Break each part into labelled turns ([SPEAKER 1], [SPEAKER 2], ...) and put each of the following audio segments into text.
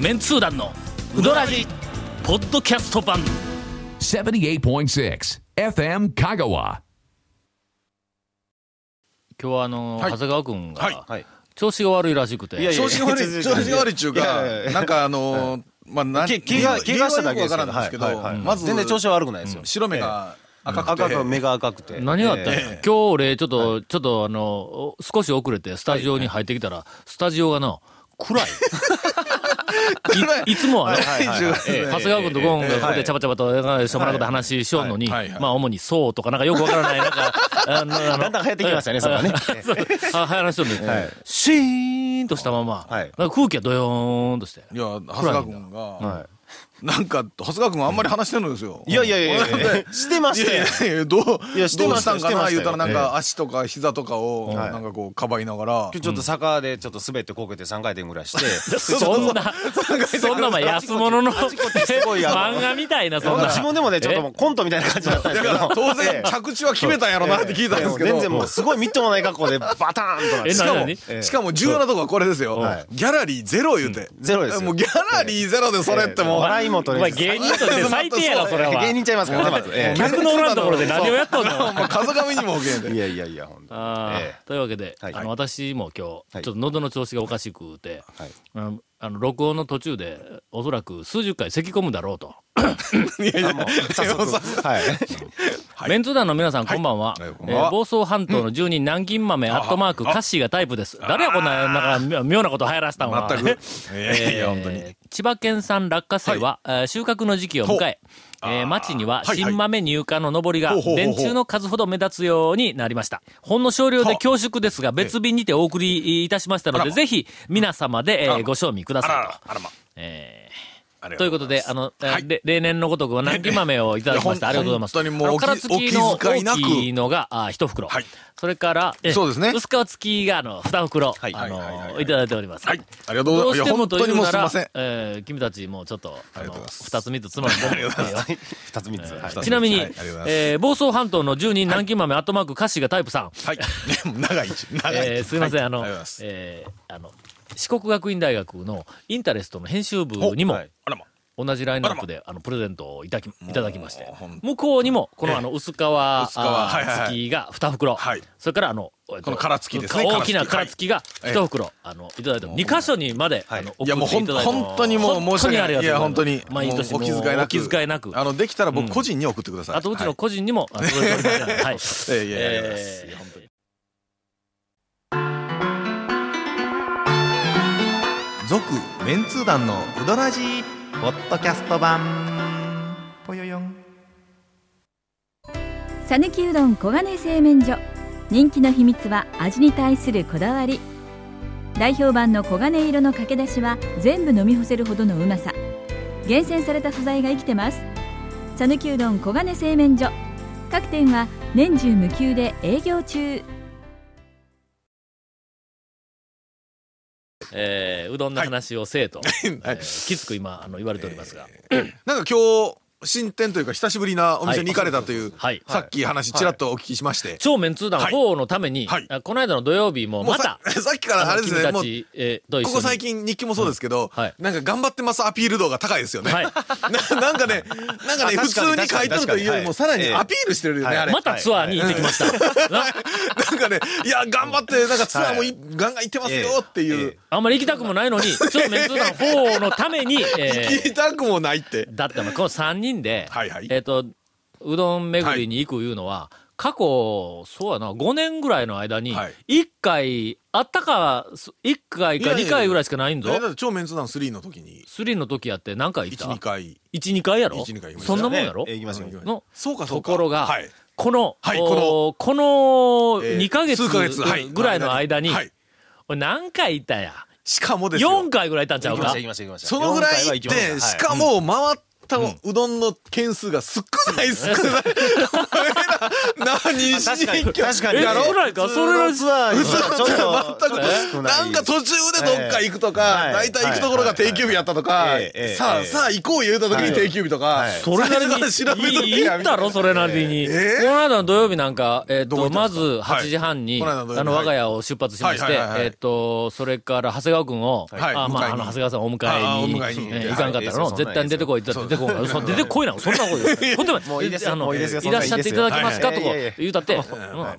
[SPEAKER 1] メンツー団のウドラジポッドキャスト版
[SPEAKER 2] 78.6 FM Kagawa.
[SPEAKER 3] 今日はあの、
[SPEAKER 4] はい
[SPEAKER 3] 長谷川君が、
[SPEAKER 4] はい
[SPEAKER 3] 調子が悪いらしくて。
[SPEAKER 5] いやいや
[SPEAKER 4] 調子が悪い、調子が悪いっちゅう
[SPEAKER 5] いやいや
[SPEAKER 4] か、
[SPEAKER 5] いや
[SPEAKER 4] なんかあのー、まあ、な
[SPEAKER 5] け怪我、
[SPEAKER 4] 理由
[SPEAKER 5] 怪我しただけで
[SPEAKER 4] 理由
[SPEAKER 5] す
[SPEAKER 4] は
[SPEAKER 5] よ
[SPEAKER 4] よくわからんですけど、
[SPEAKER 5] はいはい
[SPEAKER 4] まず、
[SPEAKER 5] 全然調子は悪くないですよ。
[SPEAKER 4] 白目が赤
[SPEAKER 5] 赤
[SPEAKER 4] くて、
[SPEAKER 5] く、目が赤くて。
[SPEAKER 3] 何があったんや、
[SPEAKER 5] ええ
[SPEAKER 3] 今日俺、ちょっと、ちょっとあの、お少し遅れて、スタジオに入ってきたら、スタジオがな、暗い。いいつもはね、
[SPEAKER 4] はいはいはい
[SPEAKER 3] ええ長谷川君とゴンがここでちゃばちゃばと、なんかしょうもないこと話ししようのに、
[SPEAKER 4] はいはいはい
[SPEAKER 3] まあ主にそうとかなんかよくわからない、なんか、あの、あの
[SPEAKER 5] だんだん流行ってきましたねそこはね
[SPEAKER 3] ええそうあ流行らしてるんで、
[SPEAKER 5] はい
[SPEAKER 3] シーンとしたまま、
[SPEAKER 5] はい
[SPEAKER 3] なんか空気がドヨーンとして。
[SPEAKER 4] いや、長谷川君が、なんか、長谷川君あんまり話してるんですよ。
[SPEAKER 5] いやいやいやい
[SPEAKER 4] ほん
[SPEAKER 5] や
[SPEAKER 4] で、
[SPEAKER 5] してま
[SPEAKER 4] い
[SPEAKER 5] したよ
[SPEAKER 4] や。いやいやどう、ど
[SPEAKER 5] いうやしてまし
[SPEAKER 4] したたん
[SPEAKER 5] して
[SPEAKER 4] かな言
[SPEAKER 5] ましたよ
[SPEAKER 4] うたら、なん
[SPEAKER 5] え
[SPEAKER 4] か足とか膝とかを、
[SPEAKER 5] はい
[SPEAKER 4] なんかこう、かばいながら、
[SPEAKER 5] ちょっと坂でちょっと滑ってこけて3回転ぐらいして。
[SPEAKER 3] そんな、そんなまあ安物の
[SPEAKER 5] すごいあの
[SPEAKER 3] 漫画みたいな、そんな。
[SPEAKER 5] 自分でもね、ちょっともうコントみたいな感じだったんで
[SPEAKER 4] だ
[SPEAKER 5] すけ
[SPEAKER 4] から
[SPEAKER 5] ど。
[SPEAKER 4] 当然、着地は決めたんやろなって聞いたんですけど、
[SPEAKER 5] 全然もうすごいみっともない格好でバターンとなっ
[SPEAKER 3] えな
[SPEAKER 5] て。しかも
[SPEAKER 3] なに
[SPEAKER 5] ええ
[SPEAKER 4] しかも重要なとこはこれですよ
[SPEAKER 5] はい。
[SPEAKER 4] ギャラリーゼロ言うて。
[SPEAKER 5] ゼロですよ
[SPEAKER 4] もうギャラリーゼロでそれってもう。
[SPEAKER 5] 笑いも取
[SPEAKER 3] お
[SPEAKER 5] れ
[SPEAKER 3] 前芸
[SPEAKER 5] ず
[SPEAKER 3] 人として最低やろ、それは。
[SPEAKER 5] 芸人ちゃいますからね、まず。え
[SPEAKER 3] 客のおらんところで何をやっとんの
[SPEAKER 4] もう風上にも受けん
[SPEAKER 5] え
[SPEAKER 4] で。
[SPEAKER 5] いやいやいや、ほんと。
[SPEAKER 3] あ
[SPEAKER 5] え
[SPEAKER 3] ーというわけで、
[SPEAKER 5] はい
[SPEAKER 3] あの私も今日、ちょ
[SPEAKER 5] は
[SPEAKER 3] っ
[SPEAKER 5] い
[SPEAKER 3] と喉の調子がおかしくて、
[SPEAKER 5] はい
[SPEAKER 3] あのあの録音の途中で、おそらく数十回咳き込むだろうと。
[SPEAKER 5] えあもう早速。はい。
[SPEAKER 3] メンツ団の皆さん、こんばんは。
[SPEAKER 4] はいこんばんは
[SPEAKER 3] えー房総半島の住人、南京豆、アットマーク、カッシーがタイプです。誰やこんな、なんか、妙なこと流行らせたんは。
[SPEAKER 4] 全く。いやいや、本当に。
[SPEAKER 3] えー千葉県産落花生は、えー収穫の時期を迎え、えー町には
[SPEAKER 4] はいはい
[SPEAKER 3] 新豆入荷の上りが
[SPEAKER 4] ほうほうほうほう
[SPEAKER 3] 電柱の数ほど目立つようになりました。ほんの少量で恐縮ですが、別便にてお送りいたしましたの
[SPEAKER 4] あ
[SPEAKER 3] で、
[SPEAKER 4] らま
[SPEAKER 3] ぜひ皆様で、え
[SPEAKER 4] あら
[SPEAKER 3] ー
[SPEAKER 4] ま
[SPEAKER 3] ご賞味くだ
[SPEAKER 4] あら
[SPEAKER 3] さい
[SPEAKER 4] ら、あらま。
[SPEAKER 3] と。えー
[SPEAKER 4] ありが
[SPEAKER 3] ということとで、あの、えー
[SPEAKER 4] はい
[SPEAKER 3] れ例年のごとくは 南京豆をいただきました。あ
[SPEAKER 4] い
[SPEAKER 3] り
[SPEAKER 4] や
[SPEAKER 3] がとうございます。
[SPEAKER 4] ほん本当にもう
[SPEAKER 3] あの
[SPEAKER 4] お気
[SPEAKER 3] 殻付きの
[SPEAKER 4] お気遣いな
[SPEAKER 3] 大
[SPEAKER 4] く
[SPEAKER 3] きいのが、あー、一袋。
[SPEAKER 4] はい
[SPEAKER 3] それから、えー
[SPEAKER 4] そうですね
[SPEAKER 3] 薄皮付きが、あの、二袋、
[SPEAKER 5] はい
[SPEAKER 3] あのー
[SPEAKER 4] はいはいはい
[SPEAKER 3] いただいております。
[SPEAKER 4] はい。ありがとう
[SPEAKER 3] ど
[SPEAKER 4] ご
[SPEAKER 3] う
[SPEAKER 4] ざ
[SPEAKER 3] し
[SPEAKER 4] います。い
[SPEAKER 3] て
[SPEAKER 4] や、
[SPEAKER 3] も
[SPEAKER 4] 本
[SPEAKER 3] とい
[SPEAKER 4] 当に
[SPEAKER 3] う
[SPEAKER 4] も
[SPEAKER 3] な
[SPEAKER 4] うすい
[SPEAKER 3] ら
[SPEAKER 4] ません、。
[SPEAKER 3] えー君たちもちょっと、あ
[SPEAKER 4] りが
[SPEAKER 3] の
[SPEAKER 4] とうございます
[SPEAKER 3] 二つ三つつまんで。
[SPEAKER 5] 二つ三つ。はい
[SPEAKER 3] ちなみに、
[SPEAKER 4] はいありがとうございます
[SPEAKER 3] えー房総半島の住人、南京豆、アットマーク、歌詞がタイプさん。
[SPEAKER 4] はい。でも長いし、長
[SPEAKER 3] えー
[SPEAKER 4] い。
[SPEAKER 3] すいません、
[SPEAKER 4] は
[SPEAKER 3] あの
[SPEAKER 4] りがとうございま、す
[SPEAKER 3] えーあの、四国学院大学のインタレストの編集部にも、
[SPEAKER 5] はい
[SPEAKER 4] あらま。
[SPEAKER 3] 同じラインナップで、あの、プレゼントをいたきいただきまして
[SPEAKER 4] もうほん、
[SPEAKER 3] 向こうにも、この、あの、薄皮、あ
[SPEAKER 4] 薄皮はいはいは
[SPEAKER 3] ー
[SPEAKER 4] い
[SPEAKER 3] 付きが2袋
[SPEAKER 4] はい、
[SPEAKER 3] それから、あの、こ
[SPEAKER 4] この殻付きですね
[SPEAKER 3] 大きな
[SPEAKER 4] 殻
[SPEAKER 3] 殻付きが1袋、あの、いただいて、2箇所にまで、あの、送
[SPEAKER 4] いや、もう
[SPEAKER 3] って
[SPEAKER 4] ほ
[SPEAKER 3] い
[SPEAKER 4] ん
[SPEAKER 3] ただいて、
[SPEAKER 4] 本当にもう申し訳ない。
[SPEAKER 3] 本当にありがとうございます
[SPEAKER 4] や、本当に。
[SPEAKER 3] 毎年
[SPEAKER 4] もうお気遣い
[SPEAKER 3] もう
[SPEAKER 4] なく。
[SPEAKER 3] お気遣いなく
[SPEAKER 4] あの、できたら僕個人に送ってください。
[SPEAKER 3] あと、うちの
[SPEAKER 4] はい
[SPEAKER 3] 個人にも、あの届いておりませんはい。
[SPEAKER 4] えいえありがとうございます
[SPEAKER 3] えー本当に
[SPEAKER 4] 続、メンツー団のうどらじ
[SPEAKER 6] ポッドキャスト版ぽよよん
[SPEAKER 7] さぬきうどん黄金製麺所人気の秘密は味に対するこだわり代表版の黄金色のかけだしは全部飲み干せるほどのうまさ厳選された素材が生きてます「さぬきうどん黄金製麺所」各店は年中無休で営業中
[SPEAKER 3] えーうどんの話をせえと、え
[SPEAKER 4] はい。
[SPEAKER 3] ーきつく今、あの、言われておりますが。
[SPEAKER 4] なんか今日、新店というか久しぶりなお店に行かれたという、
[SPEAKER 3] はい
[SPEAKER 4] さっき話ちらっとお聞きしまして。
[SPEAKER 3] 超メンツー団
[SPEAKER 4] はい
[SPEAKER 3] 4のために、
[SPEAKER 4] はい
[SPEAKER 3] あこの間の土曜日も
[SPEAKER 4] も
[SPEAKER 3] ま
[SPEAKER 4] うさ
[SPEAKER 3] た、
[SPEAKER 4] さっきからあれですね、
[SPEAKER 3] あの
[SPEAKER 4] もう、
[SPEAKER 3] 君たち、えーと一緒
[SPEAKER 4] こ
[SPEAKER 3] に
[SPEAKER 4] こ最近日記もそうですけど、
[SPEAKER 3] はい
[SPEAKER 4] なんか頑張ってますアピール度が高いですよね。
[SPEAKER 3] はい
[SPEAKER 4] ななんかね、なんかね、
[SPEAKER 5] あ確
[SPEAKER 4] 普通
[SPEAKER 5] かに
[SPEAKER 4] に書いとるというより
[SPEAKER 5] 確
[SPEAKER 4] も、さ
[SPEAKER 5] からに
[SPEAKER 4] にアピールしてるよ
[SPEAKER 5] え
[SPEAKER 4] ね、
[SPEAKER 5] え
[SPEAKER 4] あれ。
[SPEAKER 3] またツアーに行ってきました。な
[SPEAKER 4] なんかね、いや、頑張って、なんかツアーもい、ガンガン行ってますよっていう、
[SPEAKER 5] え
[SPEAKER 3] あんまり行きたくもないのに、超メンツー団4のために、え
[SPEAKER 4] 聞 い
[SPEAKER 3] ー
[SPEAKER 4] たくもないって。
[SPEAKER 3] だってまあこの3人で、
[SPEAKER 4] はいはい
[SPEAKER 3] えっ、と、うどん巡りに行くいうのは、過去、そうやな、5年ぐらいの間に
[SPEAKER 4] はい、
[SPEAKER 3] 1回、あったか、1回か2回ぐらいしかないんぞ
[SPEAKER 4] え。だって超メンツ団3の時に、
[SPEAKER 3] 3の時やって何回行っ
[SPEAKER 4] 1、
[SPEAKER 3] た
[SPEAKER 4] 2回。
[SPEAKER 3] 1、2回やろ
[SPEAKER 4] 一二回行きました
[SPEAKER 3] そんなもんやろ、
[SPEAKER 5] ええ行きますよ。
[SPEAKER 3] の
[SPEAKER 4] そうか、そ
[SPEAKER 3] と
[SPEAKER 4] うか。
[SPEAKER 3] ころが、
[SPEAKER 4] はい。
[SPEAKER 3] この、
[SPEAKER 4] はい
[SPEAKER 3] おーこの
[SPEAKER 4] えー
[SPEAKER 3] 2ヶ月
[SPEAKER 4] 数ヶ月はい
[SPEAKER 3] ぐらいの間に、
[SPEAKER 4] はい
[SPEAKER 3] 俺何回行ったんや。
[SPEAKER 4] しかもですよ。
[SPEAKER 3] 4回ぐらい行ったんちゃ
[SPEAKER 5] 行
[SPEAKER 3] う
[SPEAKER 5] きまし
[SPEAKER 3] か
[SPEAKER 5] た、行きました。
[SPEAKER 4] そのぐらい行っ
[SPEAKER 5] 四回は行きました
[SPEAKER 4] て、しかも回っ多分、うどんの件数が少ない少ない。俺ら、 何し
[SPEAKER 5] 確か
[SPEAKER 4] に
[SPEAKER 5] に確か
[SPEAKER 3] え
[SPEAKER 5] に
[SPEAKER 3] えぐらいかそれら
[SPEAKER 5] ツアーにちょっ
[SPEAKER 4] 全
[SPEAKER 5] と
[SPEAKER 4] く
[SPEAKER 5] 少ない
[SPEAKER 4] なんか途中でどっか行くとか、
[SPEAKER 5] ええ
[SPEAKER 4] 大体行くところが定休日やったとか
[SPEAKER 5] えええ、え
[SPEAKER 4] さ
[SPEAKER 5] え
[SPEAKER 4] あ、
[SPEAKER 5] え
[SPEAKER 4] さあ行こう言うた時に定休日とか
[SPEAKER 5] はい、
[SPEAKER 4] そ
[SPEAKER 3] それなり
[SPEAKER 4] 最初から調べと
[SPEAKER 3] に
[SPEAKER 4] け
[SPEAKER 3] いい言ったろそれなりに、この間の土曜日なんか、えっ
[SPEAKER 4] どこと行った
[SPEAKER 3] ま
[SPEAKER 4] んですか
[SPEAKER 3] ず8時半に、
[SPEAKER 4] はいこの間の土曜日
[SPEAKER 3] あの
[SPEAKER 4] はい
[SPEAKER 3] 我が家を出発しまして、
[SPEAKER 4] はいはいはいはい
[SPEAKER 3] えっとそれから長谷川君を、
[SPEAKER 4] はい
[SPEAKER 3] あま
[SPEAKER 4] 迎え
[SPEAKER 3] あ、あの
[SPEAKER 4] に
[SPEAKER 3] 長谷川さんをお迎えに
[SPEAKER 4] ああお迎えに
[SPEAKER 3] えー行かんかったの、
[SPEAKER 5] はいいいですよ
[SPEAKER 3] 絶対に出てこいって言ったら出てこいそう出てこいなそんなこと言うほんで
[SPEAKER 5] もういいですよ
[SPEAKER 3] あの
[SPEAKER 5] もういいですよ
[SPEAKER 3] いらっしゃっていただけますか
[SPEAKER 5] はい
[SPEAKER 3] とか
[SPEAKER 5] いやいやいや
[SPEAKER 3] 言うたって、うん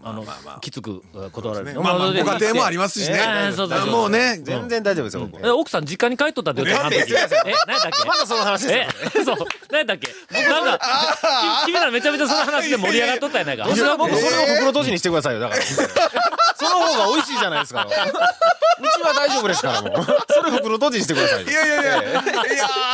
[SPEAKER 3] あのきつく断られて、
[SPEAKER 4] まあまあ、
[SPEAKER 3] で
[SPEAKER 4] ご家庭もありますしね
[SPEAKER 3] ええそうそう。そう
[SPEAKER 4] もうね、
[SPEAKER 5] 全然大丈夫ですよ僕
[SPEAKER 3] え奥さん実家に帰っとったって言ってたあの時え何やったっけ
[SPEAKER 5] まだその話で
[SPEAKER 3] え
[SPEAKER 5] す よ、
[SPEAKER 3] そう、何やったっけなんか、き君らめちゃめちゃその話で盛り上がっとったやないか。
[SPEAKER 5] それは
[SPEAKER 3] 僕
[SPEAKER 5] 僕それを袋閉じにしてくださいよだからその方が美味しいじゃないですかうちは大丈夫ですからもうそれ袋閉じにしてくださいよ
[SPEAKER 4] いやいやいや、いや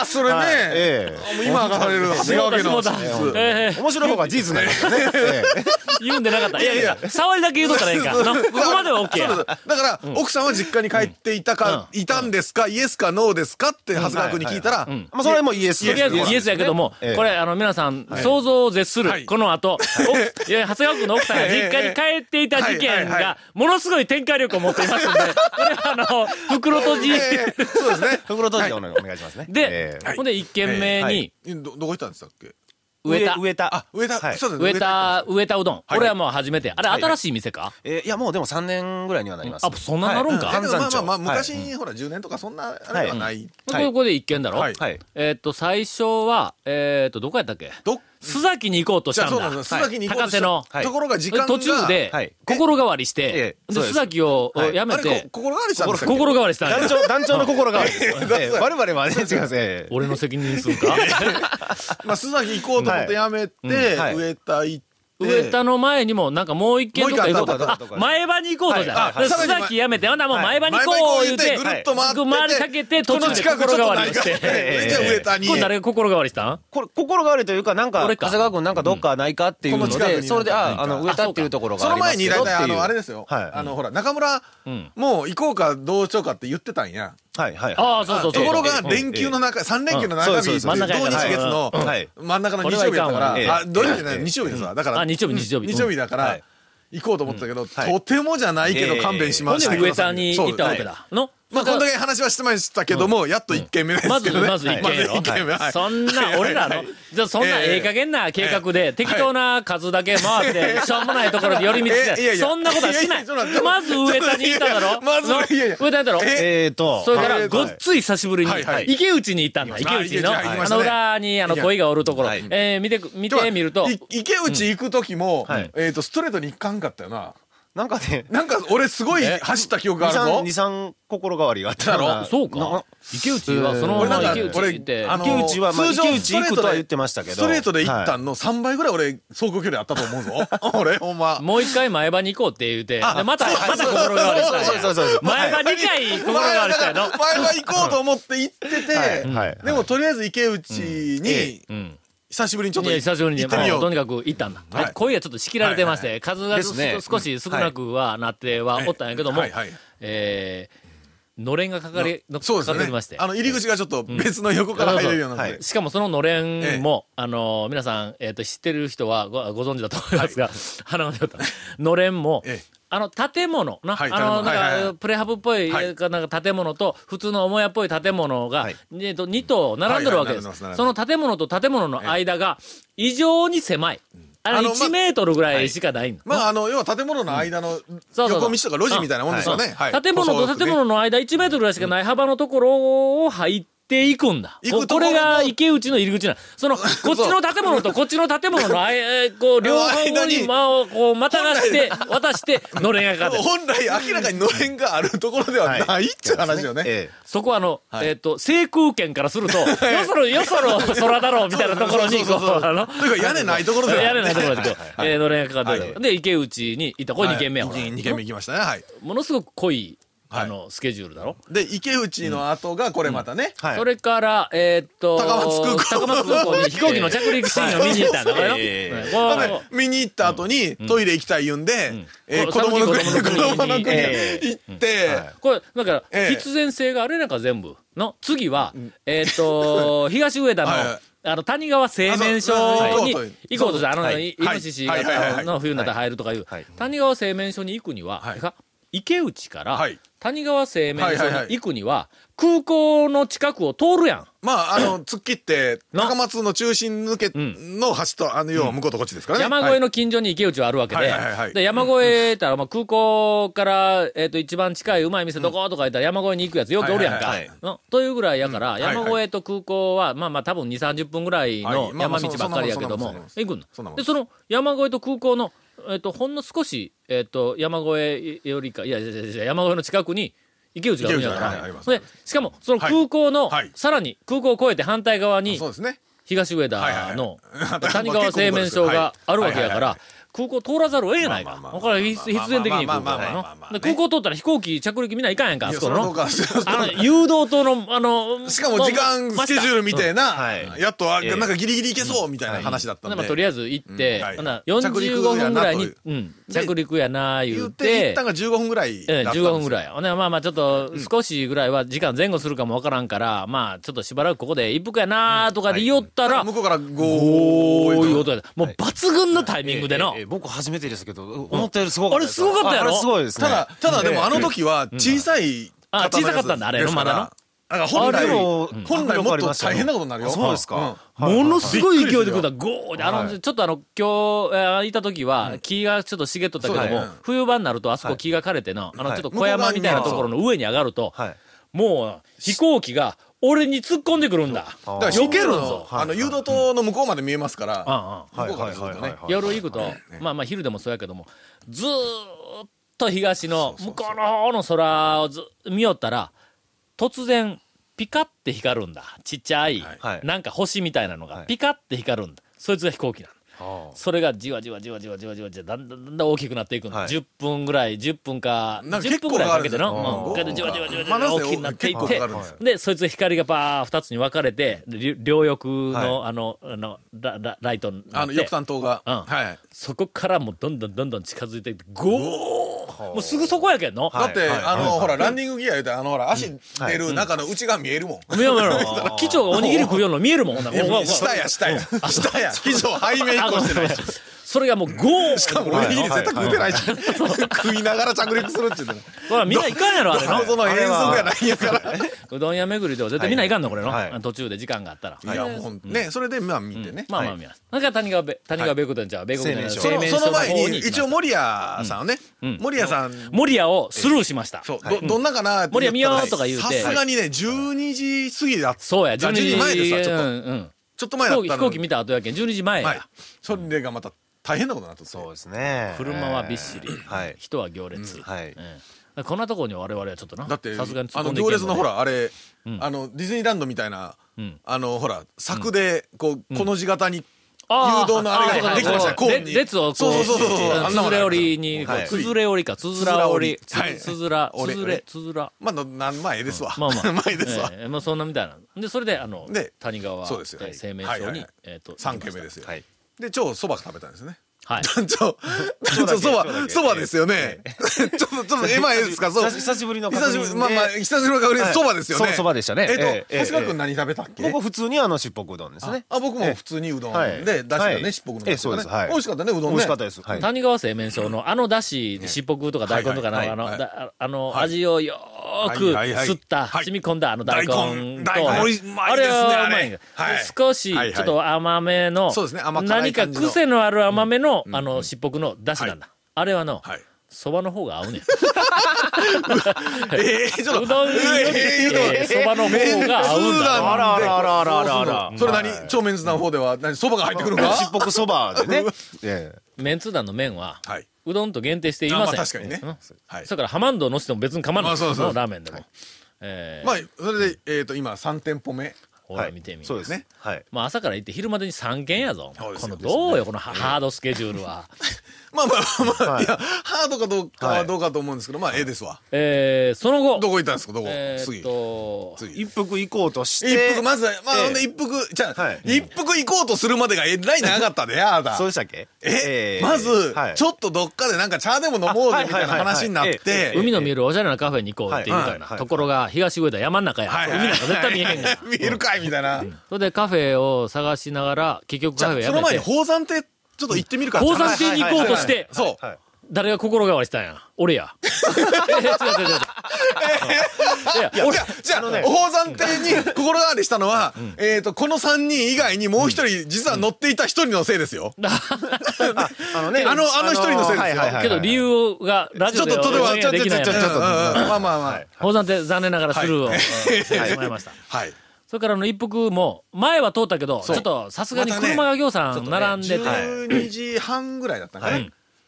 [SPEAKER 4] ー、それ
[SPEAKER 5] はい
[SPEAKER 4] ね、
[SPEAKER 5] ええ
[SPEAKER 4] もう今上がれるの、長谷川家の
[SPEAKER 3] そうだそうだええ
[SPEAKER 5] 面白い方が事実になりますよね、ええ
[SPEAKER 3] 言うんでなかった。いやいや、触りだけ言うとったらええんか。なここまでは OK や。
[SPEAKER 4] そうだだから、奥さんは実家に帰っていたか、いたんですか、イエスかノーですかって長谷川君に聞いたら、
[SPEAKER 5] まあそれはもうイエス
[SPEAKER 3] とりあえずイエスやけども、
[SPEAKER 5] ええ
[SPEAKER 3] これ、あの、皆さん、想像を絶する、
[SPEAKER 4] はい
[SPEAKER 3] この後、おいや、長谷川君の奥さんが実家に帰っていた事
[SPEAKER 4] はいは
[SPEAKER 3] 件
[SPEAKER 4] いはい
[SPEAKER 3] が、ものすごい展開力を持っていますんで、これはあの、袋閉じ、
[SPEAKER 4] ええそうですね。
[SPEAKER 5] 袋閉じでお願いお願いしますね
[SPEAKER 3] で、
[SPEAKER 5] ええ
[SPEAKER 3] ほんで、一軒目に、
[SPEAKER 4] ど、どこ行ったんでしたっけ
[SPEAKER 3] 植えた、
[SPEAKER 5] 植えた
[SPEAKER 4] あ、上田、
[SPEAKER 5] はい
[SPEAKER 4] そうです
[SPEAKER 3] 植えた、植えたうどん。
[SPEAKER 4] い
[SPEAKER 3] これはもう初めて。あれ、新しい店か
[SPEAKER 5] えーいやもうでも3年ぐらいにはなります
[SPEAKER 3] あそんななるんか
[SPEAKER 5] はい
[SPEAKER 4] だけどまあ
[SPEAKER 5] 半山町
[SPEAKER 4] まあまあ、昔、
[SPEAKER 5] はい
[SPEAKER 4] ほら、10年とかそんな、あれはない。
[SPEAKER 3] こ
[SPEAKER 5] はい
[SPEAKER 3] ここで一軒だろ、
[SPEAKER 4] はい
[SPEAKER 5] はい
[SPEAKER 3] えーっ、と、最初は、えーっ、と、どこやったっけ
[SPEAKER 4] ど
[SPEAKER 3] 須崎に行こうとし
[SPEAKER 4] じゃ
[SPEAKER 3] たん
[SPEAKER 4] あそう
[SPEAKER 3] だ。
[SPEAKER 4] なんですよ。須崎に行こう
[SPEAKER 3] 高
[SPEAKER 4] とし
[SPEAKER 3] 瀬
[SPEAKER 4] た
[SPEAKER 3] の。
[SPEAKER 5] はい
[SPEAKER 4] ところが時間が。
[SPEAKER 3] 途中で、
[SPEAKER 5] はい
[SPEAKER 3] 心変わりして、
[SPEAKER 5] ええ
[SPEAKER 3] で
[SPEAKER 5] そうで
[SPEAKER 3] 須
[SPEAKER 5] す
[SPEAKER 3] 崎を、
[SPEAKER 5] はい
[SPEAKER 3] やめ
[SPEAKER 4] あれ、
[SPEAKER 3] て
[SPEAKER 4] こ、心変わりしたんですか
[SPEAKER 3] 心変わりしたん
[SPEAKER 5] 団
[SPEAKER 3] や
[SPEAKER 5] 長団長の心が悪い です、ええ我々はね違いますええ
[SPEAKER 3] 俺の責任するか
[SPEAKER 4] まあ、須崎行こうと思ってやめて、
[SPEAKER 5] んはい
[SPEAKER 4] 上田行って。
[SPEAKER 3] 上田の前にも、なんかもう一軒どっか行こう
[SPEAKER 5] もう一軒あったあったあっ
[SPEAKER 3] と。
[SPEAKER 5] た
[SPEAKER 3] あ前場に行こうとじゃん。
[SPEAKER 5] はい
[SPEAKER 4] はい
[SPEAKER 3] で
[SPEAKER 4] さら
[SPEAKER 3] 須
[SPEAKER 4] に前
[SPEAKER 3] 崎やめて、ほんならもう前場に行こう言うて、
[SPEAKER 4] 前々行こう言うてぐるっと
[SPEAKER 3] 回
[SPEAKER 4] 回って
[SPEAKER 3] りかけて、途
[SPEAKER 4] こ
[SPEAKER 3] 中で
[SPEAKER 4] の近くちょ
[SPEAKER 3] 心
[SPEAKER 4] っ
[SPEAKER 3] 変
[SPEAKER 4] と
[SPEAKER 3] わ
[SPEAKER 4] な
[SPEAKER 3] りを
[SPEAKER 4] いか
[SPEAKER 3] し。
[SPEAKER 4] って
[SPEAKER 5] ええ
[SPEAKER 4] て。じゃあ上田に。
[SPEAKER 3] これ誰が心変わりしたん
[SPEAKER 5] これ心が悪いというかなんか
[SPEAKER 3] 俺
[SPEAKER 5] 長
[SPEAKER 3] か
[SPEAKER 5] 谷川君なんかどっかないかっていうの
[SPEAKER 4] この近く
[SPEAKER 5] で
[SPEAKER 4] に
[SPEAKER 5] それで
[SPEAKER 4] なん
[SPEAKER 5] あ
[SPEAKER 4] か
[SPEAKER 5] あの植えたっていうところ
[SPEAKER 4] そ
[SPEAKER 5] があ
[SPEAKER 4] の
[SPEAKER 5] りま
[SPEAKER 4] 前
[SPEAKER 5] す
[SPEAKER 4] に
[SPEAKER 5] けど
[SPEAKER 4] 大
[SPEAKER 5] って
[SPEAKER 4] 体
[SPEAKER 5] いう
[SPEAKER 4] あのあれですよ、
[SPEAKER 5] はい
[SPEAKER 4] あのほら中村、
[SPEAKER 3] ん
[SPEAKER 4] もう行こうかどうしようかって言ってたんや、
[SPEAKER 5] はいはい
[SPEAKER 3] ああ、そうそう
[SPEAKER 4] と
[SPEAKER 3] そう。
[SPEAKER 4] ころが連休の中、三連休の中
[SPEAKER 5] う
[SPEAKER 4] 日
[SPEAKER 5] んそう
[SPEAKER 3] ですそうです
[SPEAKER 4] 土日月の
[SPEAKER 5] はい
[SPEAKER 4] 真ん中の日曜日だか
[SPEAKER 3] こ
[SPEAKER 5] れはいかん
[SPEAKER 4] ら、
[SPEAKER 5] わ
[SPEAKER 4] あ土曜日じゃない日曜日ですわだから
[SPEAKER 3] あ、日曜日、日曜日。
[SPEAKER 4] 日曜日だから、
[SPEAKER 5] はい
[SPEAKER 4] 行こうと思ってたけど、
[SPEAKER 5] はい
[SPEAKER 4] とてもじゃないけ
[SPEAKER 5] え
[SPEAKER 4] ど
[SPEAKER 5] え
[SPEAKER 4] 勘弁し
[SPEAKER 3] ほ
[SPEAKER 4] ま
[SPEAKER 3] ん
[SPEAKER 4] し
[SPEAKER 3] で
[SPEAKER 4] てく
[SPEAKER 3] 上
[SPEAKER 4] ださ
[SPEAKER 3] 田
[SPEAKER 4] い
[SPEAKER 3] に行ったわけ
[SPEAKER 4] そう
[SPEAKER 3] だ。の
[SPEAKER 4] まあこんだけ話はしてましたけども、やっと1軒目です
[SPEAKER 3] ま
[SPEAKER 4] け
[SPEAKER 3] ず、
[SPEAKER 4] どね、
[SPEAKER 3] まず一
[SPEAKER 4] まず
[SPEAKER 3] 軒やろ
[SPEAKER 4] 一軒目はい
[SPEAKER 3] そんな、俺らの、じゃあそんな
[SPEAKER 4] ええ
[SPEAKER 3] ええ加減な計画で、適当な数だけ回って、しょうもないところで寄り道し
[SPEAKER 4] えいや
[SPEAKER 3] て、
[SPEAKER 4] いや
[SPEAKER 3] そんなことはしない
[SPEAKER 4] いやいやちょっ。と
[SPEAKER 3] まず上田に行っただろ
[SPEAKER 4] まず
[SPEAKER 3] の
[SPEAKER 4] いやい
[SPEAKER 3] 上
[SPEAKER 4] や
[SPEAKER 3] 田に行ったろ
[SPEAKER 5] えーと
[SPEAKER 3] それか
[SPEAKER 4] は
[SPEAKER 3] ら、
[SPEAKER 4] い
[SPEAKER 3] ごっつい久しぶりに
[SPEAKER 4] はいは、い
[SPEAKER 3] 池内に行ったんだ。
[SPEAKER 4] はい
[SPEAKER 3] 池内の、
[SPEAKER 4] はい行き
[SPEAKER 3] あ
[SPEAKER 4] ました
[SPEAKER 3] の
[SPEAKER 4] ね
[SPEAKER 3] 裏に、あの、鯉がおるところ
[SPEAKER 5] はい。
[SPEAKER 3] えー、見てく、見てみると、
[SPEAKER 4] い池内行く時も、
[SPEAKER 5] うんはい
[SPEAKER 4] えっ、と、ストレートに行かんかったよな。
[SPEAKER 5] なんかね
[SPEAKER 4] なんか俺すごい走った記憶があるぞ。
[SPEAKER 5] 23心変わりがあった
[SPEAKER 4] だろ
[SPEAKER 3] そうか。池内はそのま
[SPEAKER 4] 俺
[SPEAKER 3] ま
[SPEAKER 4] なんか
[SPEAKER 3] 池内
[SPEAKER 4] 俺
[SPEAKER 3] 行って、
[SPEAKER 4] あの
[SPEAKER 5] 池内はまあ
[SPEAKER 4] 通常
[SPEAKER 5] 池内行くとは言ってましたけど
[SPEAKER 4] ストレートで行ったんの3倍ぐらい俺走行距離あったと思 うぞ。俺ほんま。
[SPEAKER 3] もう一回前場に行こうって言うて、でまた、また心変わりしたん
[SPEAKER 5] そう
[SPEAKER 3] や
[SPEAKER 5] そうそうそうそう
[SPEAKER 3] 前場2回心変わりしたんや
[SPEAKER 4] 前
[SPEAKER 3] ろ。
[SPEAKER 4] は行こうと思って行ってて、
[SPEAKER 5] はいはい
[SPEAKER 4] でもとりあえず池内に
[SPEAKER 3] うん。
[SPEAKER 4] 久しぶりにちょ
[SPEAKER 3] い
[SPEAKER 4] っと
[SPEAKER 3] や、久しぶりに、
[SPEAKER 4] 行ってみ
[SPEAKER 3] も
[SPEAKER 4] よ
[SPEAKER 3] う
[SPEAKER 4] う。
[SPEAKER 3] とにかく行ったんだ。
[SPEAKER 4] はい
[SPEAKER 3] で声がちょっと仕切られてまして、数が
[SPEAKER 5] ですね
[SPEAKER 3] す少し少なくはなってはおったんやけども、
[SPEAKER 4] はいはい
[SPEAKER 3] えー、のれんがかかり、の
[SPEAKER 4] そうで
[SPEAKER 3] か
[SPEAKER 4] す
[SPEAKER 3] かってき
[SPEAKER 4] ね
[SPEAKER 3] まして。。
[SPEAKER 4] あの入り口がちょっと別の横から入れるようになって。
[SPEAKER 5] うん
[SPEAKER 3] しかもそののれんも、あの、皆さん、えっ、と、知ってる人はごご存知だと思いますが、花のった。のれんも、
[SPEAKER 4] ええ
[SPEAKER 3] あの、建物な、
[SPEAKER 4] はい
[SPEAKER 3] あの、
[SPEAKER 4] 建物はい
[SPEAKER 3] な
[SPEAKER 4] は
[SPEAKER 3] ん
[SPEAKER 4] いは
[SPEAKER 3] か、
[SPEAKER 4] い
[SPEAKER 3] プレハブっぽい、
[SPEAKER 4] はい
[SPEAKER 3] えーなんか建物と、普通の母屋っぽい建物が、
[SPEAKER 5] はい
[SPEAKER 3] えっと、2棟並んでるわけです。
[SPEAKER 4] はいはい並んでます並んで
[SPEAKER 3] その建物と建物の間が、異常に狭い。あ
[SPEAKER 4] あ
[SPEAKER 3] の、
[SPEAKER 4] のま
[SPEAKER 3] 1メートルぐらいしかないんだ。
[SPEAKER 4] まあ、あの、要は建物の間
[SPEAKER 3] そ
[SPEAKER 4] の
[SPEAKER 3] うそう
[SPEAKER 4] 横道とか路地みたいなもんですよね。はい
[SPEAKER 3] 建物と建物の間1メートルぐらいしかない幅のところを入っていくんだ。
[SPEAKER 4] 行
[SPEAKER 3] こ
[SPEAKER 4] く
[SPEAKER 3] こと
[SPEAKER 4] ころ
[SPEAKER 3] れ
[SPEAKER 4] の
[SPEAKER 3] が池内の入り口なのそ の、こっちの建物とこっちの建物の間、 えーこう、両方
[SPEAKER 4] 間
[SPEAKER 3] に、
[SPEAKER 4] に
[SPEAKER 3] まあ、こう、またがして、渡して、のれんがかかってる。
[SPEAKER 4] 本来明らかにのれんがあるところではないっちゅう話よね。
[SPEAKER 5] え
[SPEAKER 3] そこはあの、
[SPEAKER 4] はい
[SPEAKER 3] えっ、と、制空権からすると、よそろよそろ空だろうみたいなところに、こ
[SPEAKER 4] そう
[SPEAKER 3] う
[SPEAKER 4] そうそう、
[SPEAKER 3] あの、
[SPEAKER 4] というか屋根ないところでは
[SPEAKER 3] やれないところで、こう、えーのれんがかかってる。
[SPEAKER 4] は
[SPEAKER 3] で、池内に行った。これ2軒目や、ほら
[SPEAKER 4] はい二軒目行きましたね。はい。
[SPEAKER 3] ものすごく濃い、
[SPEAKER 4] はい
[SPEAKER 3] あの、スケジュールだろ。
[SPEAKER 4] で、池内の後がこれまたね。
[SPEAKER 5] えはい
[SPEAKER 3] それから、えーっと、
[SPEAKER 4] 高松空港
[SPEAKER 3] 高松空港に飛行機の着陸シーンを見に行ったんだからよ。
[SPEAKER 5] え
[SPEAKER 3] こう
[SPEAKER 4] まあね見に行った後にトイレ行きたい言うんで、えー
[SPEAKER 3] うん
[SPEAKER 4] 子供の国
[SPEAKER 3] 子供の
[SPEAKER 4] 子
[SPEAKER 3] 国
[SPEAKER 4] 供の国に
[SPEAKER 5] え
[SPEAKER 4] 行って、
[SPEAKER 3] これ、だから、
[SPEAKER 4] ええ
[SPEAKER 3] 必然性があれなんか全部の、次は、えーっと、東上田の
[SPEAKER 4] はいはい、
[SPEAKER 3] あの、谷川製麺所
[SPEAKER 4] あそう
[SPEAKER 3] に
[SPEAKER 4] はい
[SPEAKER 3] 行こうとした、あの、
[SPEAKER 4] はいい
[SPEAKER 3] イノシシが
[SPEAKER 4] はいはいはいはい
[SPEAKER 3] の冬になったら入るとかいう
[SPEAKER 5] はい、
[SPEAKER 3] 谷川製麺所に行くには
[SPEAKER 4] はい、
[SPEAKER 3] えか池内から
[SPEAKER 4] はい
[SPEAKER 3] 谷川製麺所
[SPEAKER 4] はいはいはい
[SPEAKER 3] に行くには、空港の近くを通るやん。
[SPEAKER 4] まあ、あの、突っ切って、
[SPEAKER 3] な
[SPEAKER 4] 高松の中心抜けの橋と、あの、要は向こうとこっちですからね。
[SPEAKER 3] 山越えの近所に池内はあるわけ
[SPEAKER 4] はい
[SPEAKER 3] で
[SPEAKER 4] はいはいは、い
[SPEAKER 3] で、山越えたら、まあ、空港から、えっと、一番近いうまい店どことか言ったら山越えに行くやつよくおるやんか
[SPEAKER 4] はいはいはい。
[SPEAKER 3] のというぐらいやから、
[SPEAKER 4] いはい
[SPEAKER 3] 山越えと空港は、まあまあ、多分2、30分ぐらいの
[SPEAKER 4] はいまあ
[SPEAKER 3] 山
[SPEAKER 4] まあ
[SPEAKER 3] 道ばっかりやけど
[SPEAKER 4] そ
[SPEAKER 3] も
[SPEAKER 4] んなもん、
[SPEAKER 3] 行くの
[SPEAKER 4] そんなもん
[SPEAKER 3] で、その山越えと空港の、えっと、ほんの少し、えっと、山越えよりか、いやいやいやいや、山越えの近くに、池内があるんやか
[SPEAKER 4] 池内がはいあり
[SPEAKER 3] ら
[SPEAKER 4] ま。す
[SPEAKER 3] で、しかも、その空港の
[SPEAKER 4] はいはい、
[SPEAKER 3] さらに空港を越えて反対側に
[SPEAKER 4] そう、ですね。
[SPEAKER 3] 東上
[SPEAKER 4] はいはいは
[SPEAKER 3] 田
[SPEAKER 4] い
[SPEAKER 3] の
[SPEAKER 4] 結
[SPEAKER 3] 谷
[SPEAKER 4] 構
[SPEAKER 3] 川製麺所があるわけやか
[SPEAKER 4] はいはいはい
[SPEAKER 3] ら、空港通らざるを得ないか
[SPEAKER 4] ま
[SPEAKER 3] ら。
[SPEAKER 4] あまあまあ
[SPEAKER 3] だから必必然的に空港
[SPEAKER 4] まあまあまあま
[SPEAKER 3] や
[SPEAKER 4] あまあまあまあ
[SPEAKER 3] な。で
[SPEAKER 4] ね
[SPEAKER 3] 空港通ったら飛行機着陸みんないかんやんか、あ
[SPEAKER 4] い
[SPEAKER 3] そ
[SPEAKER 4] や
[SPEAKER 3] こ
[SPEAKER 4] そ
[SPEAKER 3] の
[SPEAKER 4] の
[SPEAKER 3] の。
[SPEAKER 4] どうか
[SPEAKER 3] あの、誘導灯の、あの、
[SPEAKER 4] しかも時間
[SPEAKER 3] ま
[SPEAKER 4] スケジュールみたいな、
[SPEAKER 5] はい
[SPEAKER 4] やっと、あ
[SPEAKER 5] ええ
[SPEAKER 4] なんかギリギリいけそうみたいな話だったん
[SPEAKER 3] ま
[SPEAKER 4] で。
[SPEAKER 3] あまあとりあえず行って、
[SPEAKER 4] うんはい
[SPEAKER 3] ほな
[SPEAKER 4] 着陸
[SPEAKER 3] 45
[SPEAKER 4] やな
[SPEAKER 3] 分ぐらいに
[SPEAKER 4] と、
[SPEAKER 3] うん、
[SPEAKER 4] で
[SPEAKER 3] 着陸やな言
[SPEAKER 4] 言
[SPEAKER 3] う
[SPEAKER 4] うて、
[SPEAKER 3] て
[SPEAKER 4] 一、旦が15分ぐらいだ
[SPEAKER 3] え
[SPEAKER 4] っ
[SPEAKER 3] え
[SPEAKER 4] たんですよ。
[SPEAKER 3] 15分ぐらい。ほんで、まあまあ、ちょっと、少しぐらいは時間前後するかもわからんから、まあ、ちょっとしばらくここで一服やなとかで言おったら、
[SPEAKER 4] 向こうからゴ
[SPEAKER 3] おー、いう
[SPEAKER 4] ー
[SPEAKER 3] ことや。もう抜群のタイミングでの
[SPEAKER 5] ええええ。僕初めてですけど、思ったよりすごかったです。
[SPEAKER 3] あれすごかったやろ
[SPEAKER 5] あれすごいですね。
[SPEAKER 4] ただ、ただでもあの時は小さい
[SPEAKER 3] あ
[SPEAKER 4] 方のやつですら。
[SPEAKER 3] 小さかったんだあれのまだの
[SPEAKER 4] なんか本来、
[SPEAKER 5] あでも
[SPEAKER 4] 本来もっと大変なことになるよ。
[SPEAKER 5] あそうですか
[SPEAKER 3] ものすごい勢いで来
[SPEAKER 4] びっくりする
[SPEAKER 3] た、
[SPEAKER 4] よ
[SPEAKER 3] ゴーで、あの、ちょっとあの、今日、えー、いた時は、木がちょっと茂っとったけど
[SPEAKER 4] そう
[SPEAKER 3] も
[SPEAKER 4] だね、
[SPEAKER 3] 冬場になるとあそこ木が枯れてな、あの、
[SPEAKER 5] は
[SPEAKER 3] ち
[SPEAKER 5] い
[SPEAKER 3] ょっと小山みたいなところの上に上がると、
[SPEAKER 5] はい。
[SPEAKER 3] もう、飛行機が俺に突っ込んでくるんだ。
[SPEAKER 4] うん。だから
[SPEAKER 3] 避けるん
[SPEAKER 4] の
[SPEAKER 3] ぞ。
[SPEAKER 4] あの、誘導灯の向こうまで見えますから、
[SPEAKER 3] うんうん
[SPEAKER 4] 向こうからするとね。
[SPEAKER 3] 夜行くと、まあまあ昼でもそうやけども、ずーっと東の、向こうの方の空をず見よったら、突然、ピカって光るんだ。ちっちゃい、
[SPEAKER 5] はい
[SPEAKER 3] なんか星みたいなのが、
[SPEAKER 5] はい
[SPEAKER 3] ピカって光るんだ。そいつが飛行機なんだ。
[SPEAKER 5] は
[SPEAKER 3] それがじわじわじわじわじわじわじわだんだんだんだん大きくなっていくの、
[SPEAKER 5] はい
[SPEAKER 3] 10分ぐらい10分か
[SPEAKER 4] なんか結
[SPEAKER 3] 10
[SPEAKER 4] 構
[SPEAKER 3] 分ぐらいかけて
[SPEAKER 4] かかるん
[SPEAKER 3] の、うん、
[SPEAKER 4] ですよ
[SPEAKER 3] でじわじわじわじ
[SPEAKER 4] ま
[SPEAKER 3] わ
[SPEAKER 4] あなんせ
[SPEAKER 3] 大きくなっていっ
[SPEAKER 4] 結
[SPEAKER 3] て
[SPEAKER 4] 構かかるんですよ
[SPEAKER 3] でそいつの光がバー2つに分かれてり両翼のあのあのララライトにな
[SPEAKER 4] あ
[SPEAKER 3] っ
[SPEAKER 4] の、
[SPEAKER 3] て
[SPEAKER 4] 翼担当が。
[SPEAKER 3] うん
[SPEAKER 4] はい。
[SPEAKER 3] そこからもうどんどんどんどん近づいていってゴーもうすぐそこやけんの、
[SPEAKER 5] はい
[SPEAKER 4] だって、
[SPEAKER 5] はい
[SPEAKER 4] あの、ほら、ランニングギア言うて、あの、ほら、足出る中の内が見えるもん。
[SPEAKER 3] 見える見える 機長がおにぎり食うようなの見えるもんほんなら
[SPEAKER 4] いや
[SPEAKER 3] こうこうこう
[SPEAKER 4] 下や、下や。下や。非常背面
[SPEAKER 3] あ
[SPEAKER 4] 一
[SPEAKER 3] ごめ
[SPEAKER 4] 個
[SPEAKER 3] ん
[SPEAKER 4] してないし。
[SPEAKER 3] それがもうゴーし
[SPEAKER 4] しかも、おにぎり絶対食うてないし。 食いながら着陸するっていうのが。
[SPEAKER 3] みんないかんやろあれの
[SPEAKER 4] その遠足やないんやから。
[SPEAKER 3] うどん屋巡りでは絶対見ないかんの、これの、
[SPEAKER 5] はい
[SPEAKER 3] 途中で時間があったら。
[SPEAKER 4] いや、もう、ね、それで、まあ、見てね。
[SPEAKER 3] まあまあ見ます。だから谷川べ、谷川米国店じゃ、米国店じゃ、
[SPEAKER 4] そ
[SPEAKER 3] 製
[SPEAKER 4] の
[SPEAKER 3] 麺
[SPEAKER 4] そ
[SPEAKER 3] 所
[SPEAKER 4] の
[SPEAKER 3] の方
[SPEAKER 4] 前に、
[SPEAKER 3] 行きまし
[SPEAKER 4] 一
[SPEAKER 3] た
[SPEAKER 4] 応、森谷さんをね、森谷さん、
[SPEAKER 3] 守谷をスルーしました。
[SPEAKER 4] そう、ど、どんなかなって言
[SPEAKER 3] 森谷
[SPEAKER 4] ったら
[SPEAKER 3] 見ようとか言うて
[SPEAKER 4] さすがにね、12時過ぎだった。
[SPEAKER 3] そうや、
[SPEAKER 4] じゃあ
[SPEAKER 3] 12時
[SPEAKER 4] 前ですわ、ちょ
[SPEAKER 3] う
[SPEAKER 4] っと。
[SPEAKER 3] んうん
[SPEAKER 4] ちょっと
[SPEAKER 3] 飛
[SPEAKER 4] 前だっ
[SPEAKER 3] 行機、
[SPEAKER 4] たのに
[SPEAKER 3] 飛行機見た後やけん、12時前や。
[SPEAKER 4] はい。それがまた、大変なことになっとって
[SPEAKER 5] そうですね。
[SPEAKER 3] 車はびっしり、
[SPEAKER 5] はい。
[SPEAKER 3] 人は行列。
[SPEAKER 5] はい。
[SPEAKER 3] うんこんなところに我々はちょっとな、
[SPEAKER 4] だって、
[SPEAKER 3] さすがに突
[SPEAKER 4] あ
[SPEAKER 3] っ込
[SPEAKER 4] の
[SPEAKER 3] んでい
[SPEAKER 4] 行
[SPEAKER 3] けん
[SPEAKER 4] 列のほ
[SPEAKER 3] ね、
[SPEAKER 4] ら、あれ、あの、ディズニーランドみたいな、
[SPEAKER 3] ん
[SPEAKER 4] あの、ほら、柵で、こう、この字型に、
[SPEAKER 3] あー
[SPEAKER 4] 誘導のあれ
[SPEAKER 3] ー
[SPEAKER 4] ができてまし
[SPEAKER 3] そう
[SPEAKER 4] たよ
[SPEAKER 3] か
[SPEAKER 4] コーンに
[SPEAKER 3] れ列をこう、
[SPEAKER 4] そうそうそうそう
[SPEAKER 3] うん
[SPEAKER 4] あん
[SPEAKER 3] つ
[SPEAKER 4] な
[SPEAKER 3] づ
[SPEAKER 4] もん
[SPEAKER 3] れ折りに、こう
[SPEAKER 5] はい
[SPEAKER 3] つづれ折りか、つづら折り、つ
[SPEAKER 4] つづら折り
[SPEAKER 3] つづら、つづ
[SPEAKER 4] はい
[SPEAKER 3] れ、つづら。
[SPEAKER 4] まあ、なんまあ、ええですわ。
[SPEAKER 3] まあ まあ。
[SPEAKER 4] ええですわ。
[SPEAKER 3] ええまあそんなみたいな。で、それで、あの、
[SPEAKER 4] で
[SPEAKER 3] 谷川、
[SPEAKER 4] そうですよ
[SPEAKER 3] ええ生命
[SPEAKER 4] は
[SPEAKER 3] 賞
[SPEAKER 4] いはいは
[SPEAKER 3] に
[SPEAKER 4] い、
[SPEAKER 3] えっと、
[SPEAKER 4] 三軒目ですよ。
[SPEAKER 5] はい。
[SPEAKER 4] で、超そば食べたんですね。
[SPEAKER 3] はい。
[SPEAKER 4] 団長、 団長、そば、そばですよね。 ちょっと、ちょっと、え、まあ、ええですか、そう。
[SPEAKER 5] 久し久しぶりの確認
[SPEAKER 4] 久し
[SPEAKER 5] で
[SPEAKER 4] ぶり、まあまあ、久しぶりの確
[SPEAKER 5] は
[SPEAKER 4] 認、
[SPEAKER 5] い
[SPEAKER 4] そばですよね。
[SPEAKER 5] そそばでしたね
[SPEAKER 4] えっ
[SPEAKER 5] ええ
[SPEAKER 4] と、橋川君何食べたっけ
[SPEAKER 5] 僕は普通にあの、しっぽくうどんですね。
[SPEAKER 4] あ、僕も普通にうどん
[SPEAKER 5] ええ
[SPEAKER 4] で、出汁
[SPEAKER 5] は
[SPEAKER 4] が
[SPEAKER 5] い
[SPEAKER 4] ね、しっぽくの。
[SPEAKER 5] ええそうですはい
[SPEAKER 4] 美味しかったね、うどんね。
[SPEAKER 5] 美味しかったです。はい。
[SPEAKER 3] 谷川製麺所のあのだし、しっぽくとか大根とかの、
[SPEAKER 4] はい
[SPEAKER 3] あ
[SPEAKER 4] はい
[SPEAKER 3] の、
[SPEAKER 4] はい
[SPEAKER 3] だあの、味をよーく
[SPEAKER 4] はいはいはい
[SPEAKER 3] 吸った、
[SPEAKER 4] はい
[SPEAKER 3] 染み込んだあの大根と、
[SPEAKER 4] 大根大根おいしいうまいですね
[SPEAKER 3] は
[SPEAKER 4] あれ
[SPEAKER 3] うまいんや
[SPEAKER 4] はい
[SPEAKER 3] で少し、ち
[SPEAKER 4] はいはい
[SPEAKER 3] ょっと甘めの、
[SPEAKER 4] そうですね甘辛
[SPEAKER 3] 何
[SPEAKER 4] い
[SPEAKER 3] か
[SPEAKER 4] 感じの
[SPEAKER 3] 癖のある甘めの、あの、しっぽくのだしなんだ。あれはの
[SPEAKER 4] はい、
[SPEAKER 3] そばの方が合 うねん。
[SPEAKER 4] ええ、ちょっと。
[SPEAKER 3] うどんよりえーそばの方が合うんだ。
[SPEAKER 5] あらあらあらあらあらあ
[SPEAKER 4] そうそう
[SPEAKER 5] ら。
[SPEAKER 4] それ何超メンズ団の方では、何、そばが入ってくるのか
[SPEAKER 5] しっぽくそばで ね。ええ
[SPEAKER 3] メンツ団の麺は、
[SPEAKER 4] はいう
[SPEAKER 3] どんと限定してい
[SPEAKER 4] あ
[SPEAKER 3] ま
[SPEAKER 4] まあ
[SPEAKER 3] せん。
[SPEAKER 4] 確かにね
[SPEAKER 3] うん。
[SPEAKER 4] はい
[SPEAKER 3] そ。れからハマンドを乗せても別に構わない。
[SPEAKER 4] まあそうそう
[SPEAKER 3] のラーメンでも。えー
[SPEAKER 4] まあ、それで、えっと、今、3店舗目。
[SPEAKER 3] ほら見てみ。
[SPEAKER 5] そうですね
[SPEAKER 4] ね。
[SPEAKER 5] はい。
[SPEAKER 3] まあ朝から行って昼までに3軒やぞ。
[SPEAKER 4] そうで
[SPEAKER 3] こ
[SPEAKER 4] すよ
[SPEAKER 3] のどうよ、このハハードスケジュールは。
[SPEAKER 4] まあまあまあ、まあ
[SPEAKER 5] はい
[SPEAKER 4] い、や、ハードかどうか
[SPEAKER 5] は
[SPEAKER 4] はいどうかと思うんですけど、まあ、ええですわ。
[SPEAKER 3] えー、その後、
[SPEAKER 4] どこ行ったんですか、どこ、
[SPEAKER 3] えーっ
[SPEAKER 4] 次。
[SPEAKER 3] と、
[SPEAKER 4] 次。
[SPEAKER 5] 一服行こうとして。
[SPEAKER 4] 一服、まず、まあ、
[SPEAKER 5] ええ
[SPEAKER 4] ほんで一服、じゃあ、
[SPEAKER 5] はい
[SPEAKER 4] 一服行こうとするまでがえらい長かったで、やだ。
[SPEAKER 5] そうでしたっけ
[SPEAKER 4] え、まず、ち
[SPEAKER 5] ょっ
[SPEAKER 4] ょっとどっかでなんか茶でも飲もう
[SPEAKER 5] あは
[SPEAKER 4] ぜ
[SPEAKER 5] い
[SPEAKER 4] みたいな話になっ
[SPEAKER 5] はいはいはいええ
[SPEAKER 4] て、
[SPEAKER 3] 海の見えるおしゃれなカフェに行こうって言うた
[SPEAKER 5] はい
[SPEAKER 3] んだ。
[SPEAKER 5] はいはい
[SPEAKER 3] ところが、東上田山ん中や。
[SPEAKER 4] はいはい
[SPEAKER 3] 海なんか絶対見えへんが
[SPEAKER 4] 見えるかいみたいな。
[SPEAKER 3] それでカフェを探しながら、結局
[SPEAKER 4] じ
[SPEAKER 3] カ
[SPEAKER 4] ゃ
[SPEAKER 3] フェ
[SPEAKER 4] あ、
[SPEAKER 3] をや
[SPEAKER 4] その前
[SPEAKER 3] め
[SPEAKER 4] に
[SPEAKER 3] て、
[SPEAKER 4] 宝山亭、ちょっと行ってみるか
[SPEAKER 3] 宝山亭に行こうとし
[SPEAKER 4] はい
[SPEAKER 3] て、
[SPEAKER 4] はいはいそう。
[SPEAKER 5] はい
[SPEAKER 3] 誰が心変わりしたんや俺 や。えー違う違う違う違う。いや、
[SPEAKER 4] い
[SPEAKER 3] 俺
[SPEAKER 4] や、じゃあ、
[SPEAKER 5] あのね
[SPEAKER 4] 宝山亭に心変わりしたのは、えっと、この3人以外にもう一人、実は乗っていた一人のせいですよ。
[SPEAKER 5] あのね、
[SPEAKER 4] あのあの一人のせいですよ
[SPEAKER 5] はいはいはいはい
[SPEAKER 3] けど理由がラ
[SPEAKER 4] ち
[SPEAKER 3] ジ
[SPEAKER 4] ょ
[SPEAKER 3] オ
[SPEAKER 4] っ
[SPEAKER 3] で
[SPEAKER 4] と、とで
[SPEAKER 3] オ
[SPEAKER 4] は、
[SPEAKER 3] ンエ
[SPEAKER 4] ちょ
[SPEAKER 3] ア
[SPEAKER 4] っと、
[SPEAKER 3] で
[SPEAKER 4] ちょ
[SPEAKER 3] き
[SPEAKER 4] っと、
[SPEAKER 3] ない
[SPEAKER 4] ち
[SPEAKER 3] の
[SPEAKER 4] ょっと、うんうん
[SPEAKER 3] で、
[SPEAKER 4] まあまあまあ。
[SPEAKER 3] 宝山亭残念ながらスルーをうんしてしまいました。
[SPEAKER 4] はい。
[SPEAKER 3] それからあの一服も、前は通ったけど、ち
[SPEAKER 4] そ
[SPEAKER 3] ょ
[SPEAKER 4] う
[SPEAKER 3] っとさすがに
[SPEAKER 4] またね
[SPEAKER 3] 車がぎょうさん並んでて、
[SPEAKER 4] 12時半ぐらいだったかな、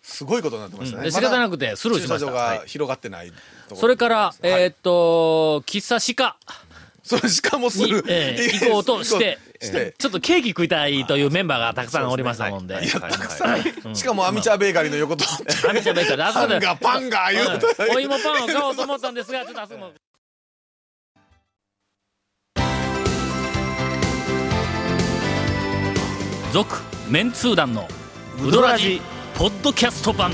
[SPEAKER 4] すごいことになってましたね、
[SPEAKER 3] で仕方な
[SPEAKER 4] く
[SPEAKER 3] くてスルーしました。
[SPEAKER 4] 駐車場
[SPEAKER 3] はい
[SPEAKER 4] が広がってないところ
[SPEAKER 3] それから、
[SPEAKER 4] はい
[SPEAKER 3] えーっと、喫茶シカ
[SPEAKER 4] それしかもす
[SPEAKER 3] に
[SPEAKER 4] ぐ、
[SPEAKER 3] え ー行こうとして
[SPEAKER 4] 行こうとして、
[SPEAKER 3] ちょっとケーキ食いたいというメンバーがたくさんおりましたもんで。
[SPEAKER 5] はいはいはい
[SPEAKER 4] しかもアミチャーベーカリーの横通って
[SPEAKER 3] あめちゃめちゃで、あそ
[SPEAKER 4] パ
[SPEAKER 3] こで
[SPEAKER 4] ンがパンが言うと
[SPEAKER 3] うんお芋パンを買おうと思ったんですが、ちょっとあそこも。続メンツー団のウドラジポッドキャスト版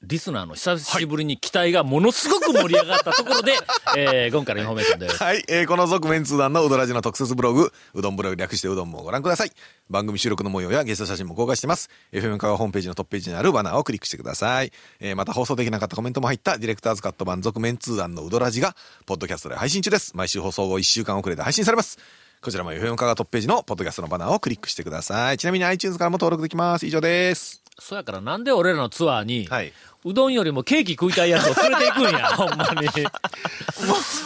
[SPEAKER 3] リスナーの久しぶりに期待がものすごく盛り上がったところで、えー、ゴンからインフォメーションです。
[SPEAKER 4] はい、えーこの続面通談のうどらじの特設ブログ、うどんブログ略してうどんもご覧ください。番組収録の模様やゲスト写真も公開してます。FM 香川ホームページのトップページにあるバナーをクリックしてください。えーまた放送できなかったコメントも入ったディレクターズカット版続面通談のうどらじが、ポッドキャストで配信中です。毎週放送後1週間遅れで配信されます。こちらも FM 香川トップページのポッドキャストのバナーをクリックしてください。ちなみに iTunes からも登録できます。以上です。
[SPEAKER 3] そやからなんで俺らのツアーに、
[SPEAKER 5] はいう
[SPEAKER 3] どんよりもケーキ食いたいやつを連れていくん や、ほんまに。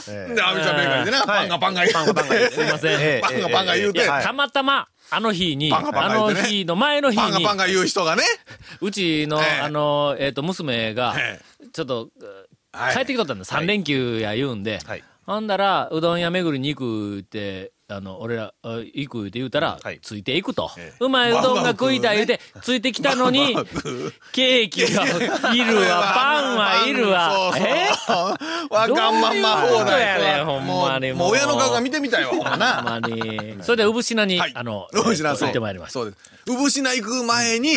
[SPEAKER 5] え
[SPEAKER 4] で、アミちゃんメーカリーでな、パンがパンが
[SPEAKER 5] パンがパンが言うて
[SPEAKER 3] すいません
[SPEAKER 5] ええ
[SPEAKER 4] パンがパンが言う
[SPEAKER 3] い
[SPEAKER 4] て
[SPEAKER 5] ええ
[SPEAKER 3] や、
[SPEAKER 5] はい
[SPEAKER 3] たまたま、あの日に、
[SPEAKER 4] パンがパン
[SPEAKER 3] あ
[SPEAKER 4] が言う
[SPEAKER 3] の
[SPEAKER 4] てね
[SPEAKER 3] 日の前の日
[SPEAKER 4] パンが
[SPEAKER 3] に、
[SPEAKER 4] パンが言う人がね。
[SPEAKER 3] うちの、
[SPEAKER 4] ええ
[SPEAKER 3] あの、えっ、と、娘が
[SPEAKER 4] え、
[SPEAKER 3] ちょっと、
[SPEAKER 4] はい
[SPEAKER 3] 帰ってきとったんだ、三3連休や言うんで、
[SPEAKER 5] はい
[SPEAKER 3] ほんだら、うどん屋巡りに行くって、あの、俺ら、あ行くって言うたら、
[SPEAKER 5] はい
[SPEAKER 3] ついていくと、
[SPEAKER 4] ええ
[SPEAKER 3] うまいうどんが食いたい言うて、ついてきたのに、ケーキ がい るわ、パンはいるわ、
[SPEAKER 4] そうそう
[SPEAKER 3] え
[SPEAKER 4] わがまま
[SPEAKER 3] どういう
[SPEAKER 4] 放題
[SPEAKER 3] ことやねんほんまにもう
[SPEAKER 4] もうもう親の顔が見てみたいわ、ほんまな。
[SPEAKER 3] ほんまに。それで、うぶしなに、
[SPEAKER 4] はい。
[SPEAKER 3] あの、
[SPEAKER 4] うぶしな
[SPEAKER 3] えーと
[SPEAKER 4] そう
[SPEAKER 3] 行ってまいりました。
[SPEAKER 4] そうです。うぶしな行く前に、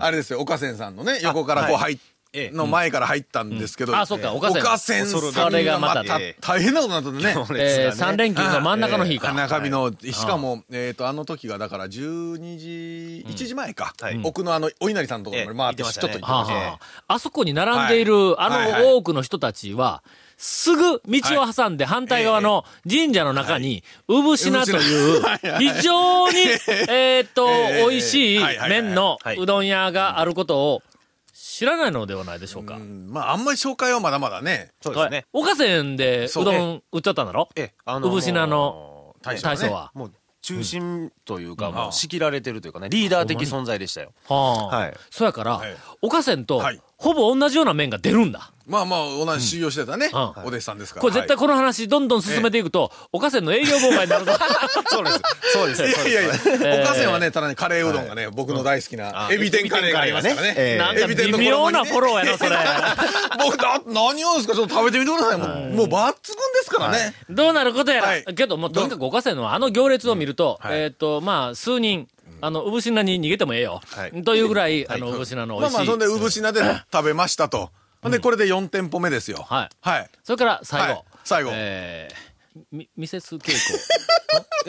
[SPEAKER 4] あれですよ、岡千さんのね、横からこう入っ
[SPEAKER 5] ええ
[SPEAKER 4] の前から入ったんですけど、
[SPEAKER 3] あ、そうか、おかせ。
[SPEAKER 4] 岡千さん
[SPEAKER 3] それが
[SPEAKER 4] が
[SPEAKER 3] ま
[SPEAKER 4] ま
[SPEAKER 3] た
[SPEAKER 4] た
[SPEAKER 5] ええ
[SPEAKER 4] 大変なことにな っててね。
[SPEAKER 3] えー、3連休の真ん中の日か。
[SPEAKER 4] 中日の、しかも、えっと、あの時がだから12時、1時前か
[SPEAKER 5] はい。
[SPEAKER 4] 奥のあの、お稲荷さんのところまで回っ
[SPEAKER 5] え
[SPEAKER 4] て、
[SPEAKER 5] え
[SPEAKER 4] ちょっと行って
[SPEAKER 3] はあ
[SPEAKER 4] ましたね
[SPEAKER 3] はあ、あそこに並んでいる、
[SPEAKER 4] いはい
[SPEAKER 3] あ
[SPEAKER 4] はい
[SPEAKER 3] の多くの人たちは、すぐ道を挟んで反対側の神社の中に、うぶしなという、非常 に、えーっと、
[SPEAKER 4] ええ
[SPEAKER 3] 美味しい
[SPEAKER 4] はいはいはい
[SPEAKER 3] 麺の
[SPEAKER 5] はいう
[SPEAKER 3] どん屋があることを知らないのではないでしょうか
[SPEAKER 4] う。んまあ、あんまり紹介はまだまだね。
[SPEAKER 5] そうですね。
[SPEAKER 3] おかせんでう
[SPEAKER 4] そう
[SPEAKER 3] どん売っちゃったんだろ
[SPEAKER 5] ええ、あ
[SPEAKER 3] うぶしなの大
[SPEAKER 4] 大
[SPEAKER 3] 将
[SPEAKER 4] 将はね
[SPEAKER 3] は。
[SPEAKER 5] もう中心というか、
[SPEAKER 4] ん
[SPEAKER 5] もう仕切られてるというかね、リーダー的存在でしたよ。
[SPEAKER 3] はあ
[SPEAKER 5] はい
[SPEAKER 3] そやから
[SPEAKER 4] はい、
[SPEAKER 3] おかせんと
[SPEAKER 4] はい、
[SPEAKER 3] ほぼ同じような麺が出るんだ。
[SPEAKER 4] まあまあ、同じ修行してたね、
[SPEAKER 3] うん
[SPEAKER 4] お弟子さんですから。
[SPEAKER 3] これ絶対
[SPEAKER 4] は
[SPEAKER 3] この話、どんどん進めていくと、おかせんの営業妨害になる ぞ。
[SPEAKER 5] そうです。そうです。
[SPEAKER 4] い
[SPEAKER 5] そう
[SPEAKER 4] いやいや
[SPEAKER 5] です
[SPEAKER 4] いや、おかせんはね、ただね、カレーうどんがね、僕の大好きな、エビ天カレーがありますから
[SPEAKER 5] ええ
[SPEAKER 4] ね。
[SPEAKER 3] なん
[SPEAKER 4] エ
[SPEAKER 3] か
[SPEAKER 4] ビ天
[SPEAKER 3] 微
[SPEAKER 4] の
[SPEAKER 3] 妙な
[SPEAKER 4] 衣にね
[SPEAKER 3] フォローやな、それ。
[SPEAKER 4] 僕、だ、何をですか、ちょっと食べてみてください。もう、もう抜群ですからね。
[SPEAKER 3] どうなることやら。
[SPEAKER 4] はい
[SPEAKER 3] けど、もうとにかくおかせんのはあの行列を見ると、えっ、と、まあ、数人、あの、うぶしなに逃げてもええよ。
[SPEAKER 5] はい
[SPEAKER 3] というぐらい、あの、うぶしなの美
[SPEAKER 4] まあ
[SPEAKER 3] 味しい。
[SPEAKER 4] まあ、そんで、うぶしなで食べましたと。ほんで、これで4店舗目ですよ。
[SPEAKER 3] はい
[SPEAKER 4] はい。
[SPEAKER 3] それから、最後。
[SPEAKER 4] はい最後
[SPEAKER 3] えーみ、ミセス稽古。
[SPEAKER 5] ええ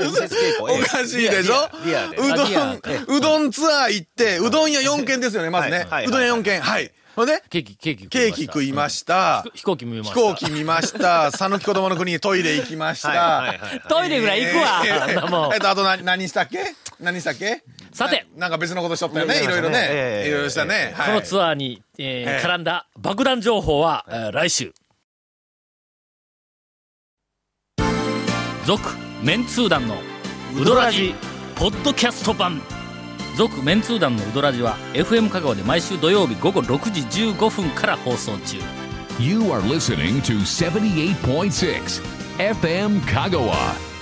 [SPEAKER 5] ミセス稽古
[SPEAKER 4] お
[SPEAKER 5] ええ
[SPEAKER 4] かしいでしょ
[SPEAKER 5] リアリアで。
[SPEAKER 4] う
[SPEAKER 3] あリアえ
[SPEAKER 4] どん、うどんツアー行って、うどん屋4軒ですよね、まず
[SPEAKER 5] は
[SPEAKER 4] ね
[SPEAKER 5] いはい。
[SPEAKER 4] うどん屋4軒。はい。ほんで、
[SPEAKER 3] ケーキ、ケーキ食いました。
[SPEAKER 4] ケー
[SPEAKER 3] うん。
[SPEAKER 4] キ食いま した
[SPEAKER 3] 飛行機見まし
[SPEAKER 4] 飛
[SPEAKER 3] た。
[SPEAKER 4] 行機見ま した。讃岐子供の国にトイレ行きました。
[SPEAKER 5] はいはいはい
[SPEAKER 3] トイレぐらい行くわ、あん なもん
[SPEAKER 4] えっと、あと何、何したっけ何したっけ
[SPEAKER 3] さて
[SPEAKER 4] ななんか別のことしとったよ
[SPEAKER 5] い
[SPEAKER 4] ね。い
[SPEAKER 5] やいや
[SPEAKER 4] ろいろ
[SPEAKER 5] いやいやい
[SPEAKER 4] ね。
[SPEAKER 5] や
[SPEAKER 4] いろいろしたね。
[SPEAKER 3] この
[SPEAKER 4] アー。
[SPEAKER 3] ツアーに、えー
[SPEAKER 4] ええ
[SPEAKER 3] 絡んだ爆弾情報は、えー来週。続、メンツー団のウドラジ、ポッドキャスト版。続、メンツー団のウドラジは、FM 香川で毎週土曜日午後6時15分から放送中。
[SPEAKER 2] You are listening to 78.6 FM Kagawa.